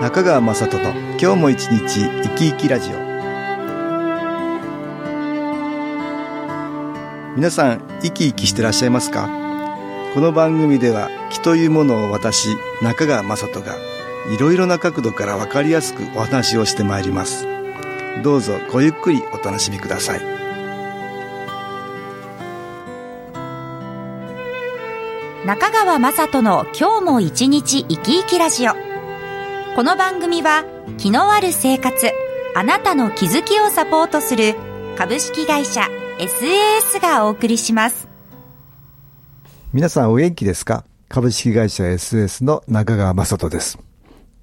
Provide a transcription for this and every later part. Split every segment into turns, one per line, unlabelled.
中川雅人の今日も一日生き生きラジオ皆さん生き生きしてらっしゃいますかこの番組では気というものを私中川雅人がいろいろな角度からわかりやすくお話をしてまいりますどうぞごゆっくりお楽しみください
中川雅人の今日も一日生き生きラジオこの番組は気のある生活あなたの気づきをサポートする株式会社 SAS がお送りします
皆さんお元気ですか株式会社 SS の中川雅人です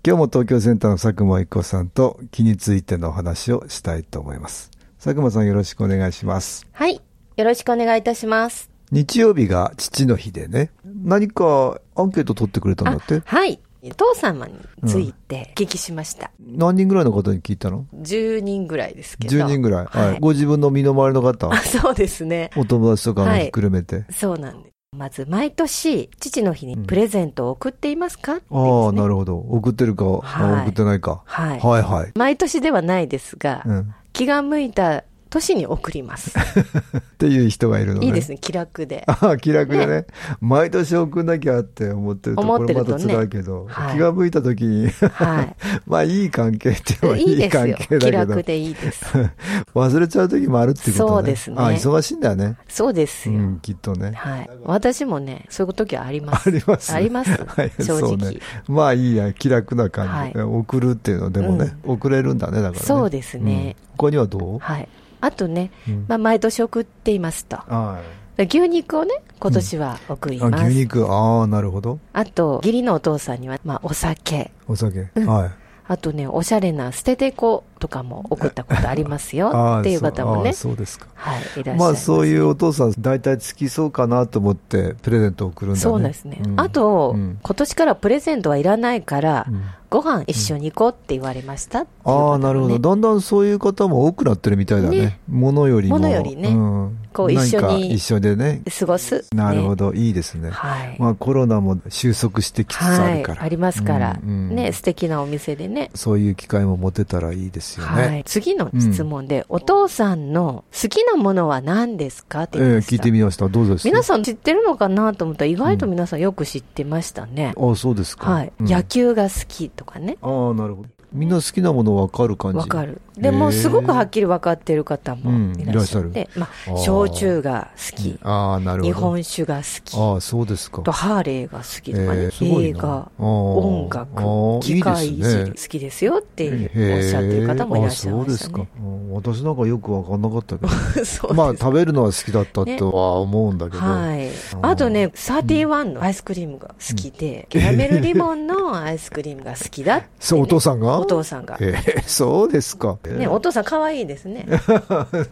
今日も東京センターの佐久間一子さんと気についてのお話をしたいと思います佐久間さんよろしくお願いします
はい。よろしくお願いいたします。
日曜日が父の日でね、何かアンケート取ってくれたんだって
はい。父様についてお聞きしました。
何人ぐらいの方に聞いたの
10人ぐらいですけど。
?10 人ぐらい、はい
はい。
ご自分の身の回りの方
あ、、そうですね。
お友達とかもひっくるめて。
そうなんです。まず、毎年、父の日にプレゼントを送っていますか、
ああ、な
る
るほど。送ってるか、
はい
あ送ってないか。
はい
はいはい。
毎年ではないですが、
うん。
気が向いた年に送ります。
っていう人がいるのね。
いいですね、気楽で。
あ あ、気楽でね毎年送んなきゃって思ってると、
思
こ
って
れ
る
ま
とね
た辛いけど、
はい
気が向いた時に、
は
まあいい関係って言えば
い。
い
いい
い
です
関
よ
係。だ
気
けど
楽、でいいです。
忘れちゃう時もあるっていうことね。
そうですね
ああ、忙しいんだよね。
そうです
う
よ。
ん、きっとね。
はい。私もね、そういう時はありま
あ
す。
ります。
あります
はい、
正直
そうね。まあいいや、気楽な感じ。
は
送るっていうのでもね、送れるんだね、だからね。
そうですね
うん。他にはどう
はい。あとね、
うん
まあ、毎年送っていますと。
はい。
牛肉をね、今年は送ります。
あ、牛肉。ああ、なるほど。
あと、義理のお父さんには、まあ、お酒。
お酒。はい。
あとね、おしゃれな捨ててことかも送ったことありますよ
あ
っていう方も
あ
ね、
そうですか。
はい、いらっしゃいます。
まあそういうお父さん、大体つきそうかなと思って、プレゼントを送るんだね。
そうなんですね。
うん
あと、
うん
今年からプレゼントはいらないから、
うん
ご飯一緒に行こうって言われましたっていう方もね
ああ、なるほど。だんだんそういう方も多くなってるみたいだね
ね。
物よりも。
物よりね
うん
こう一緒に
なんか一緒でね。
過ごす。
なるほ
ど。
ど。いいですね。
はい。
まあコロナも収束してきつつあ
は
る
い。
から。
ありますから、
うんうん
ね、素敵なお店でね、
そういう機会も持てたらいいですよね。
はい、次の質問で、お父さんの好きなものは何ですかって
え
言い
え
ました、
聞いてみました。どうぞです
皆さん知ってるのかなと思ったら意外と皆さんよく知ってましたね、
ああ、そうですか。
はい、
うん
野球が好きとかね
ああ、なるほど。みんな好きなもの分かる感じ。
わかる
へえ
でもすごくはっきり分かってる方
うん
もいらっしゃっ
いら
て、ま
あー
あ、焼酎が好き
ああ、なるほど。
日本酒が好き
ああ、そうですか。
とハーレーが好きとかね、
えーすごい
映
な
画
あー
音
あー
楽機械いじ
いい
り
で
好きですよっていう
へえ
おっしゃってる方もいらっしゃいまし
ああそう
た ね
で。すか。うん私なんかよく分かんなかったけど。
そうですか
まあ、食べるのは好きだった
ね
とは思うんだけど。
はい。あとね、31のアイスクリームが好きで、キャラメルリボンのアイスクリームが好きだってね、
そう、お父さんが
お父さんが。
ええそうですか。
ね、お父さん可愛いですね。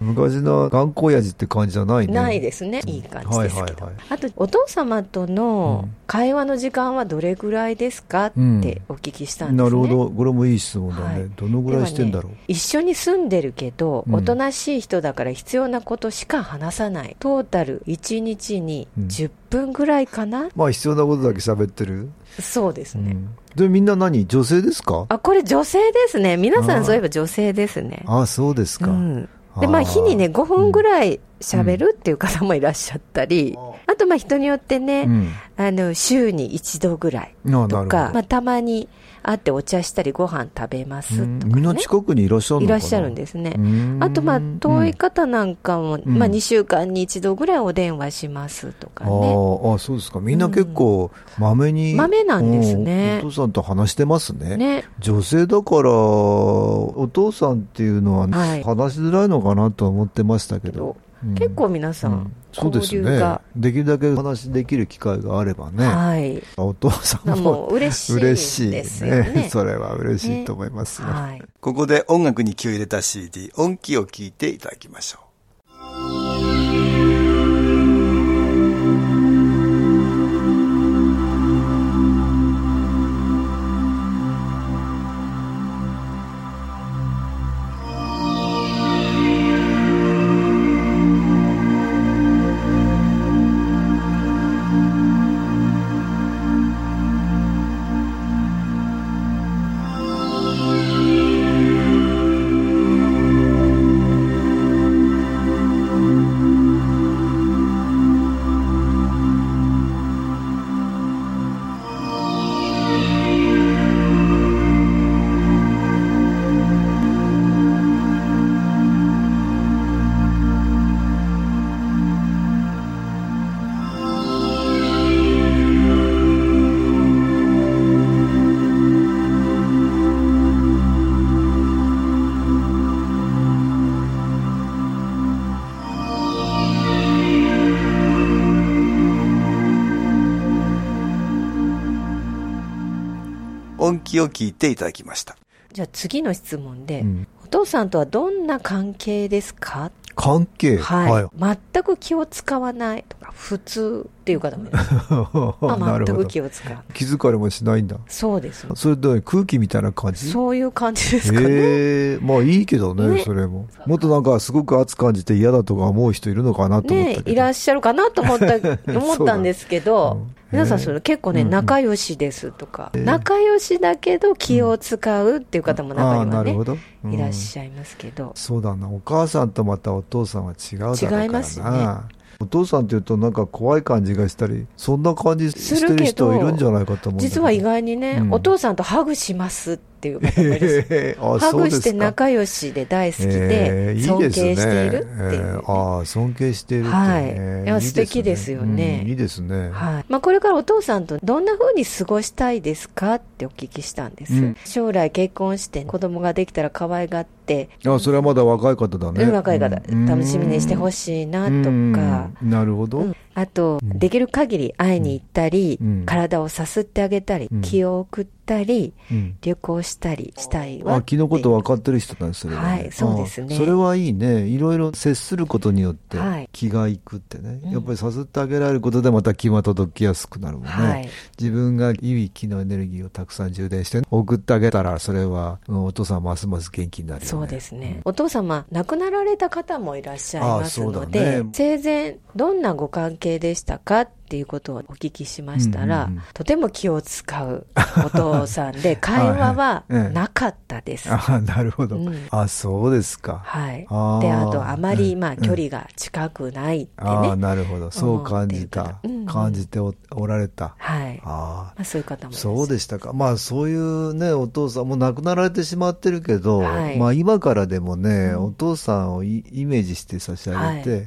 昔の頑固親父って感じじゃないね。
ないですね。いい感じですけ
はいはいはい。
どあと、お父様との会話の時間はどれぐらいですかっ
うん
てお聞きしたんですね。
なるほど。これもいい質問だね。
はい
どのぐらいしてんだろう
ではね。一緒に住んでるけど、
うん
おとなしい人だから必要なことしか話さないトータル1日に10分ぐらいかな、
まあ、必要なことだけ喋ってる。
そうです
う
ね、
ん。で、みんな何女性ですか
あこれ女性ですね皆さ
あー
んそういえば女性ですね
ああ、そうです
う
か。
ん
あー
でまあ日にね5分ぐらい喋るっていう方もいらっしゃったり、あとまあ人によってね、
うん。
あの週に一度ぐらい
ああ、なるほ
と
ど。
か、まあ、たまに会ってお茶したりご飯食べます
うん
と
み
か、
んな
ね、
近くにいらっしゃるの
い
かな
らっしゃるんですね、
うん
あとまあ遠い方なんかも、
ん
まあ、2週間に一度ぐらいお電話しますとかね、
ああああ、そうですか。みんな結構、まめに。
まめなんですね
うんお父さんと話してますね。
ね
女性だから、お父さんっていうのは、
はい
話しづらいのかなとは思ってましたけど。うん
結構皆さん、
そうで
交
す
流
ね
が、。
できるだけお話しできる機会があればね。
はい、
お父さん
まあも
も
う嬉しい
嬉しい
ですよね。
それは嬉しいと思いますよ。
はい
ここで音楽に気を入れた CD 音気を聞いていただきましょう。
あ
音気を聞いていただきました。
じゃあ次の質問で、
うん
お父さんとはどんな関係ですか
関係
はい。全く気を使わないとか、普通っていう方もい ます。
いな
あ、
る
全
ほ
く
ど
気を使う。
気づかれもしないんだ
そうです。
それと空気みたいな感じ
そういう感じですかね。
ええまあいいけどね
ね
それももっとなんかすごく熱感じて嫌だとか思う人いるのかなと思った
ね
けど、
いらっしゃるかなと思った 思ったんですけど、
そうだうん
皆さんそれ結構ね、
うんうん
仲良しですとか、仲良しだけど気を使うっていう方も
あ
中
あ
には
なる
ね
ほ、ど、うん
いらっしゃいますけど、
そうだなお母さんとまたお父さんは違うだろうからな
違いますよ
お父さんっていうとなんか怖い感じがしたりそんな感じし
す
て
るけど
る人いるんじゃないかと思うんだけど
実は意外にね、
うん
お父さんとハグしますっていう方も いるし
へへへあ
ハグして
そうですか
仲良しで大好き
え
で、
え
尊敬しているって
い
い
ですね
う
え。えああ尊敬しているって
は
え
い
え
いや
いい
素敵ですよね
うんいいですね、
はいまあ、これからお父さんとどんな風に過ごしたいですかってお聞きしたんです、
うん
将来結婚して子供ができたら可愛がって、
あそれはまだ若い方だね
うん若い方、
うん
楽しみにしてほしいなとか、
うんなるほど、
うんあと、
うん
できる限り会いに行ったり、
うん
体をさすってあげたり、
うん
気を送ったり、
うん
旅行したりしたいわ
あ
って
気のこと分かってる人なんですね。
はいそうですね
あそれはいいね。いろいろ接することによって
はい
気がいくってね。
うん
やっぱりさすってあげられることでまた気が届きやすくなるもんね。
はい、
自分が良い気のエネルギーをたくさん充電して送ってあげたら、それは、うんお父さんますます元気になるよね。
そうですね、お父様亡くなられた方もいらっしゃいますの
あそ
で、
うだね
生前どんなご関係でしたかっていうことをお聞きしましたら、
うんうんうん
とても気を使うお父さん で会話はなかったです
ああ、なるほど。
うん
あそうですか。
はい
あー
であとあまり
うん
まあ距離が近くないってね、
ああ、なるほど。そう感じた。
うんうん
感じておおられた。
はい、ま
ああ、
あ、そういう方もいらっしゃい
そうでしたか。まあそういうね、お父さん、もう亡くなられてしまってるけど、
はい
まあ今からでもね、お父さんをイイメージして差し上げて、
は
や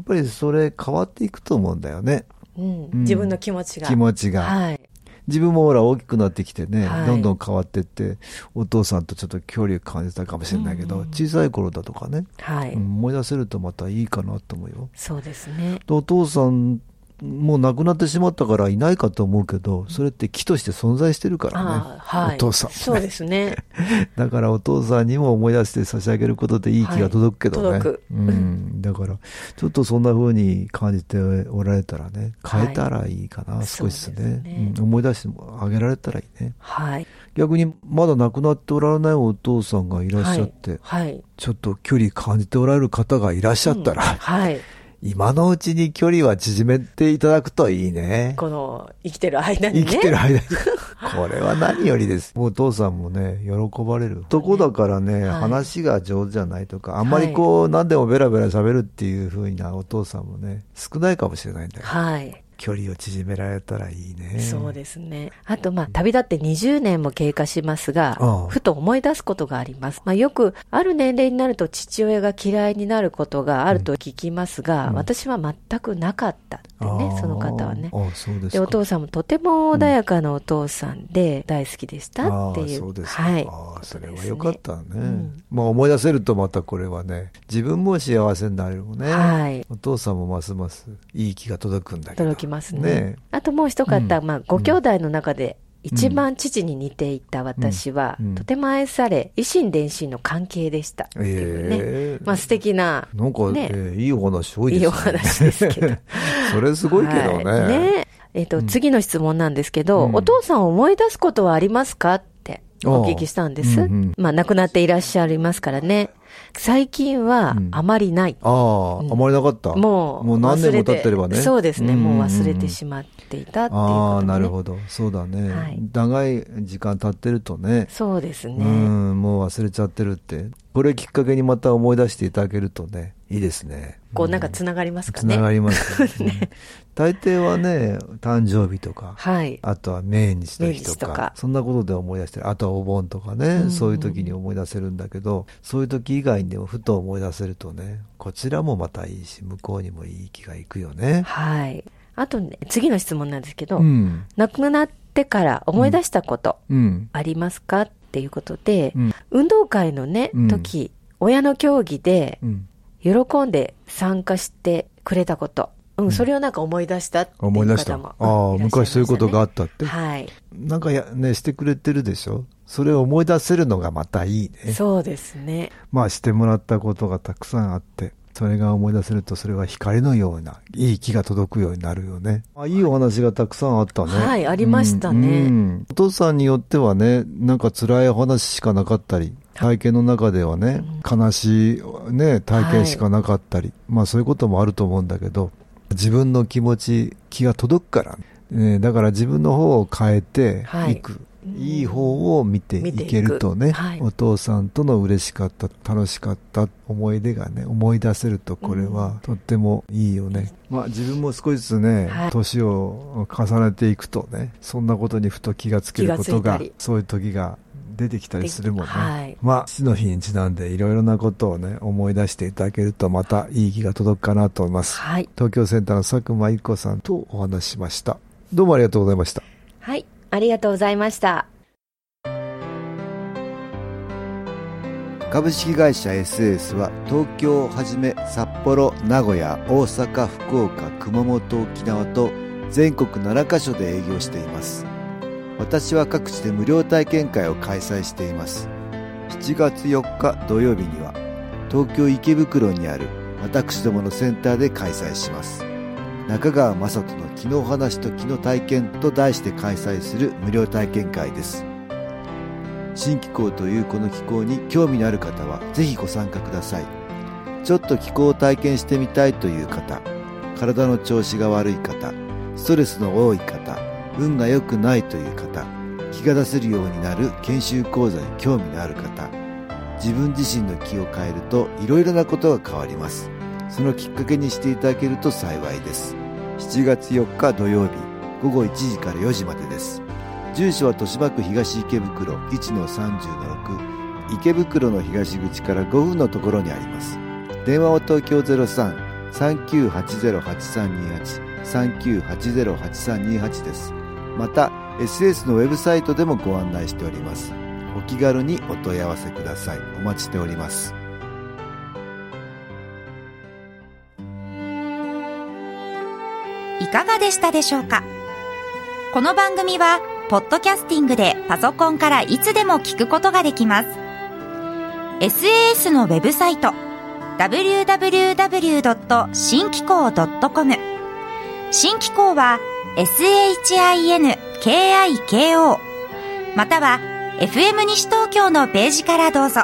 っぱりそれ変わっていくと思うんだよね、
うん
うん
自分の気持ちが
気持ちが。
はい
自分もほら大きくなってきてね、
はい
どんどん変わってって、お父さんとちょっと距離を感じたかもしれないけど、小さい頃だとかね、
はい、
うん思い出せるとまたいいかなと思うよ。
そうですね
お父さんもう亡くなってしまったからいないかと思うけど、それって木として存在してるからね。
ああはい
お父さんもね
そうですね
だからお父さんにも思い出して差し上げることでいい気が届くけどね。
はい届く
うん。だから、ちょっとそんな風に感じておられたらね、変えたらいいかな、
はい
少し
そうです
ね
ね
うん思い出してもあげられたらいいね。
はい
逆に、まだ亡くなっておられないお父さんがいらっしゃって、
はい、はい
ちょっと距離感じておられる方がいらっしゃったら、
はい。
今のうちに距離は縮めていただくといいね。
この、生きてる間にね。
生きてる間に。これは何よりです。もうお父さんもね、喜ばれる。男だからね、
はい
話が上手じゃないとか、あんまりこう、何でもベラベラ喋るっていう風なお父さんもね、少ないかもしれないんだよ。
はい。
距離を縮められたらいいね。
そうですね。あと、まあ、旅立って20年も経過しますが、
ああ
ふと思い出すことがあります。まあ、よく、ある年齢になると父親が嫌いになることがあると聞きますが、私は全くなかったって
あ
ね
ー、
その方はね。
あそうです
で、
か。
お父さんもとても穏やかなお父さんで、大好きでしたって
あ
いう。
あそうですか
はい。
ああそれ
ことで
は
すね
よかったね、
ん
まあ思い出せるとまたこれはね自分も幸せになれるもんね、
はい
お父さんもますますいい気が届くんだけど
驚きますね。
ね
あともう一方、まあ、ご兄弟の中で、一
う
番父に似ていた私は、
うんうん
とても愛され、維新伝心の関係でした。っていうね。
ええ
まあ素敵な、
なんか、
ね
えーいいお話多いです
い
ね
いお話ですけど。
それすごいけどね,、
はいねえっ、と、次の質問なんですけど、
うん
お父さんを思い出すことはありますかってお聞きしたんです。
ああうんうん
まあ亡くなっていらっしゃいますからね。最近は
うん
あまりない。
ああ、あまりなかった
もう、
もう何年も経ってれば
忘
ね
てそうですね、もう忘れて
ま
しまっていたっていうこと、ね。
ああなるほどそうだね、
はい
長い時間経ってるとね
そうです
う
ね。
んもう忘れちゃってるってこれきっかけにまた思い出していただけるとねいいですね
こうなんかつながりますか
つ
ね。
ながりますねうん大抵はね誕生日とか
はい。
あとは命日の日と
命日と
か
か
そんなことで思い出してるあとはお盆とかね、そういう時に思い出せるんだけどそういう時以外にでもふと思い出せるとねこちらもまたいいし向こうにもいい気がいくよね
はい。あとね、次の質問なんですけど、
うん
亡くなってから思い出したこと
うん
ありますかっていうことで、
うん
運動会のね
うん、
時、親の競技で
うん
喜んで参加してくれたこと、うん、それをなんか思い出したっていう方も
思い出した。ああ、昔そういうことがあ
っ
ったって。
はい。
なんかや、ね、してくれてるでしょそれを思い出せるのがまたいいね。
そうですね。
まあ、してもらったことがたくさんあって、それが思い出せると、それは光のような、いい気が届くようになるよね。あいいお話がたくさんあったね。
はいありましたね
うんうんお父さんによってはね、なんか辛いお話しかなかったり、体験の中ではね、悲しい、ね、体験しかなかったり、まあそういうこともあると思うんだけど、自分の気持ち、気が届くから、ね、だから自分の方を変えていく。いい方を見ていけると
見てい
ね、
くはい
お父さんとの嬉しかった、楽しかった思い出がね、思い出せるとこれはとってもいいよね。まあ自分も少しずつね
はい、
年、を重ねていくとね、そんなことにふと気がつけること
気
が
がついたり、
そういう時が出てきたりするもんね。
はい
まあ、父の日にちなんでいろいろなことをね、思い出していただけるとまたいい気が届くかなと思います。
はい。
東京センターの佐久間一子さんとお話ししました。どうもありがとうございました。
はい。ありがとうございました。
株式会社 SS は東京をはじめ札幌名古屋大阪福岡熊本沖縄と全国7カ所で営業しています私は各地で無料体験会を開催しています7月4日土曜日には東京池袋にある私どものセンターで開催します中川雅人の「気の話と気の体験」と題して開催する無料体験会です新気候というこの気候に興味のある方はぜひご参加くださいちょっと気候を体験してみたいという方体の調子が悪い方ストレスの多い方運が良くないという方気が出せるようになる研修講座に興味のある方自分自身の気を変えるといろいろなことが変わりますそのきっかけにしていただけると幸いです7月4日土曜日午後1時から4時までです住所は豊島区東池袋1-30-6池袋の東口から5分のところにあります電話は東京03-3980-8328 3980-8328ですまた SS のウェブサイトでもご案内しておりますお気軽にお問い合わせくださいお待ちしております
いかがでしたでしょうかこの番組は、ポッドキャスティングでパソコンからいつでも聞くことができます。SAS のウェブサイト、www. 機構 .com 新機構は、SHINKIKO または、FM 西東京のページからどうぞ。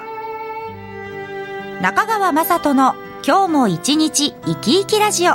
中川雅人の今日も一日生き生きラジオ。